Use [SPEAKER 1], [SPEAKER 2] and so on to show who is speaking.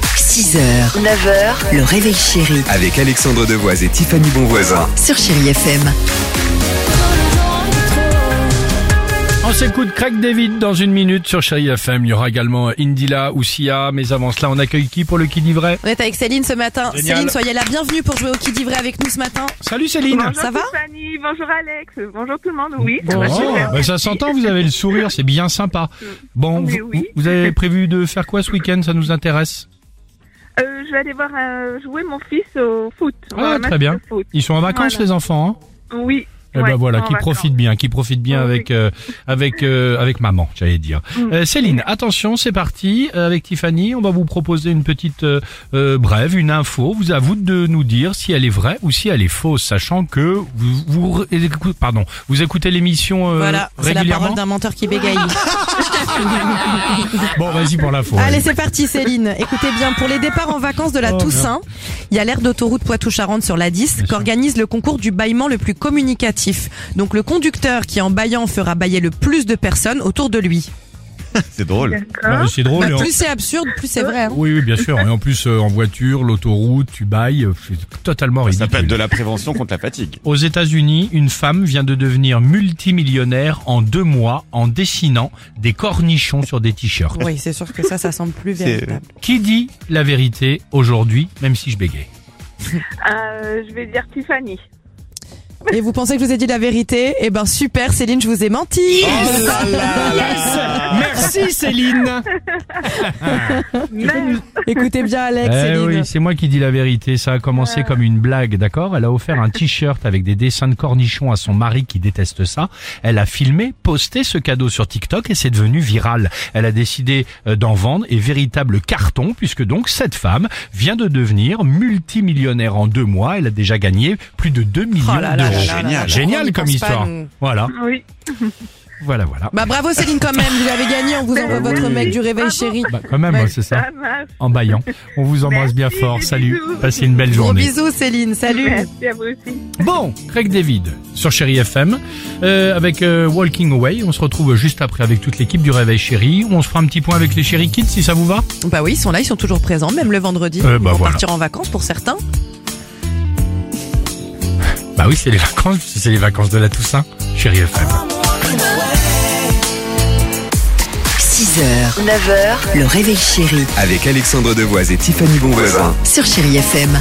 [SPEAKER 1] 6h, 9h, le réveil chéri
[SPEAKER 2] Avec Alexandre Devoise et Tiffany Bonvoisin.
[SPEAKER 1] sur Chéri FM.
[SPEAKER 3] On s'écoute Craig David dans une minute sur Chéri FM. Il y aura également euh, Indila, Sia, mais avant cela, on accueille qui pour le qui dit vrai
[SPEAKER 4] On est avec Céline ce matin.
[SPEAKER 3] Génial. Euh,
[SPEAKER 4] Céline, soyez la bienvenue pour jouer au qui dit vrai avec nous ce matin.
[SPEAKER 3] Salut Céline
[SPEAKER 5] Bonjour
[SPEAKER 4] Ça va
[SPEAKER 5] Tiffany, bonjour Alex, bonjour tout le monde. Oui, ça
[SPEAKER 3] Oh,
[SPEAKER 5] va super.
[SPEAKER 3] bah ça s'entend, vous avez le sourire, c'est bien sympa. Bon,
[SPEAKER 5] Oui,
[SPEAKER 3] vous,
[SPEAKER 5] oui.
[SPEAKER 3] vous avez prévu de faire quoi ce week-end Ça nous intéresse.
[SPEAKER 5] Euh, je vais aller voir euh, jouer mon fils au foot.
[SPEAKER 3] Ah,
[SPEAKER 5] au match
[SPEAKER 3] très bien.
[SPEAKER 5] de foot.
[SPEAKER 3] Ils sont en vacances
[SPEAKER 5] Voilà.
[SPEAKER 3] les enfants. Hein
[SPEAKER 5] Oui.
[SPEAKER 3] eh
[SPEAKER 5] ouais,
[SPEAKER 3] ben voilà,
[SPEAKER 5] en
[SPEAKER 3] qui
[SPEAKER 5] vacances.
[SPEAKER 3] profite bien, qui profite bien
[SPEAKER 5] Oui. Mm.
[SPEAKER 3] avec euh, avec euh, avec maman, j'allais dire. Euh, Céline, attention, c'est parti euh, avec Tiffany. On va vous proposer une petite euh, euh, brève, une info. Vous à vous de nous dire si elle est vraie ou si elle est fausse, sachant que vous vous écoutez, pardon, vous écoutez l'émission euh,
[SPEAKER 4] voilà, c'est la parole
[SPEAKER 3] régulièrement.
[SPEAKER 4] d'un menteur qui bégaye.
[SPEAKER 3] Bon, vas-y pour l'info.
[SPEAKER 4] Allez, c'est parti Céline. Écoutez bien, pour les départs en vacances de la
[SPEAKER 3] Oh, bien.
[SPEAKER 4] Toussaint, il y a l'aire d'autoroute Poitou-Charentes sur la 10 qu'organise le concours du bâillement le plus communicatif. Donc le conducteur qui en bâillant fera bailler le plus de personnes autour de lui.
[SPEAKER 6] C'est drôle.
[SPEAKER 3] Ouais,
[SPEAKER 5] D'accord.
[SPEAKER 3] c'est drôle.
[SPEAKER 4] Bah,
[SPEAKER 3] et en-
[SPEAKER 4] plus c'est absurde, plus c'est vrai. hein.
[SPEAKER 3] Oui, oui, bien sûr. Et en plus, euh, en voiture, l'autoroute, tu bailles, euh, c'est totalement
[SPEAKER 6] Ça
[SPEAKER 3] ridicule.
[SPEAKER 6] peut être de la prévention contre la fatigue.
[SPEAKER 3] Aux États-Unis, une femme vient de devenir multimillionnaire en deux mois en dessinant des cornichons sur des t-shirts.
[SPEAKER 4] Oui, c'est sûr que ça, ça semble plus
[SPEAKER 6] C'est-
[SPEAKER 4] véritable.
[SPEAKER 3] Qui dit la vérité aujourd'hui, même si je bégaye
[SPEAKER 5] Euh, je vais dire Tiffany.
[SPEAKER 4] Et vous pensez que je vous ai dit la vérité Eh ben super Céline, je vous ai menti.
[SPEAKER 3] Merci Céline
[SPEAKER 5] Mais
[SPEAKER 4] Écoutez bien Alex, Céline.
[SPEAKER 3] Eh oui, c'est moi qui dis la vérité. Ça a commencé comme une blague, d'accord Elle a offert un t-shirt avec des dessins de cornichons à son mari qui déteste ça. Elle a filmé, posté ce cadeau sur TikTok et c'est devenu viral. Elle a décidé euh, d'en vendre et véritable carton puisque donc cette femme vient de devenir multimillionnaire en deux mois. Elle a déjà gagné plus de 2 millions
[SPEAKER 4] Oh là là
[SPEAKER 3] d'euros.
[SPEAKER 4] là là là là. On
[SPEAKER 3] Génial
[SPEAKER 4] n'y
[SPEAKER 3] comme
[SPEAKER 4] pense pas,
[SPEAKER 3] histoire.
[SPEAKER 4] nous.
[SPEAKER 3] Voilà,
[SPEAKER 5] oui.
[SPEAKER 3] voilà, voilà.
[SPEAKER 4] Bah bravo Céline quand même, vous avez gagné, on vous envoie
[SPEAKER 3] oui.
[SPEAKER 4] votre mec du réveil chéri.
[SPEAKER 3] Bah, quand même,
[SPEAKER 4] Ouais,
[SPEAKER 3] hein, c'est ça.
[SPEAKER 5] Ça marche.
[SPEAKER 3] En baillant. On vous embrasse
[SPEAKER 5] Merci,
[SPEAKER 3] bien fort.
[SPEAKER 5] des
[SPEAKER 3] Salut.
[SPEAKER 5] bisous.
[SPEAKER 3] Passez une belle
[SPEAKER 4] Gros
[SPEAKER 3] journée.
[SPEAKER 4] bisous Céline, salut.
[SPEAKER 5] Merci à vous aussi.
[SPEAKER 3] Bon, Craig David sur Chéri FM euh, avec euh, Walking Away. On se retrouve juste après avec toute l'équipe du Réveil Chéri. On se fera un petit point avec les Chéri Kids si ça vous va.
[SPEAKER 4] Bah oui, ils sont là, ils sont toujours présents, même le vendredi.
[SPEAKER 3] Euh,
[SPEAKER 4] ils
[SPEAKER 3] bah
[SPEAKER 4] vont
[SPEAKER 3] voilà.
[SPEAKER 4] partir en vacances pour certains.
[SPEAKER 3] Bah oui, c'est les vacances, c'est les vacances de la Toussaint. Chéri FM.
[SPEAKER 1] 6h, 9h, le réveil chéri
[SPEAKER 2] Avec Alexandre Devoise et Tiffany Bonvoisin.
[SPEAKER 1] sur Chéri FM.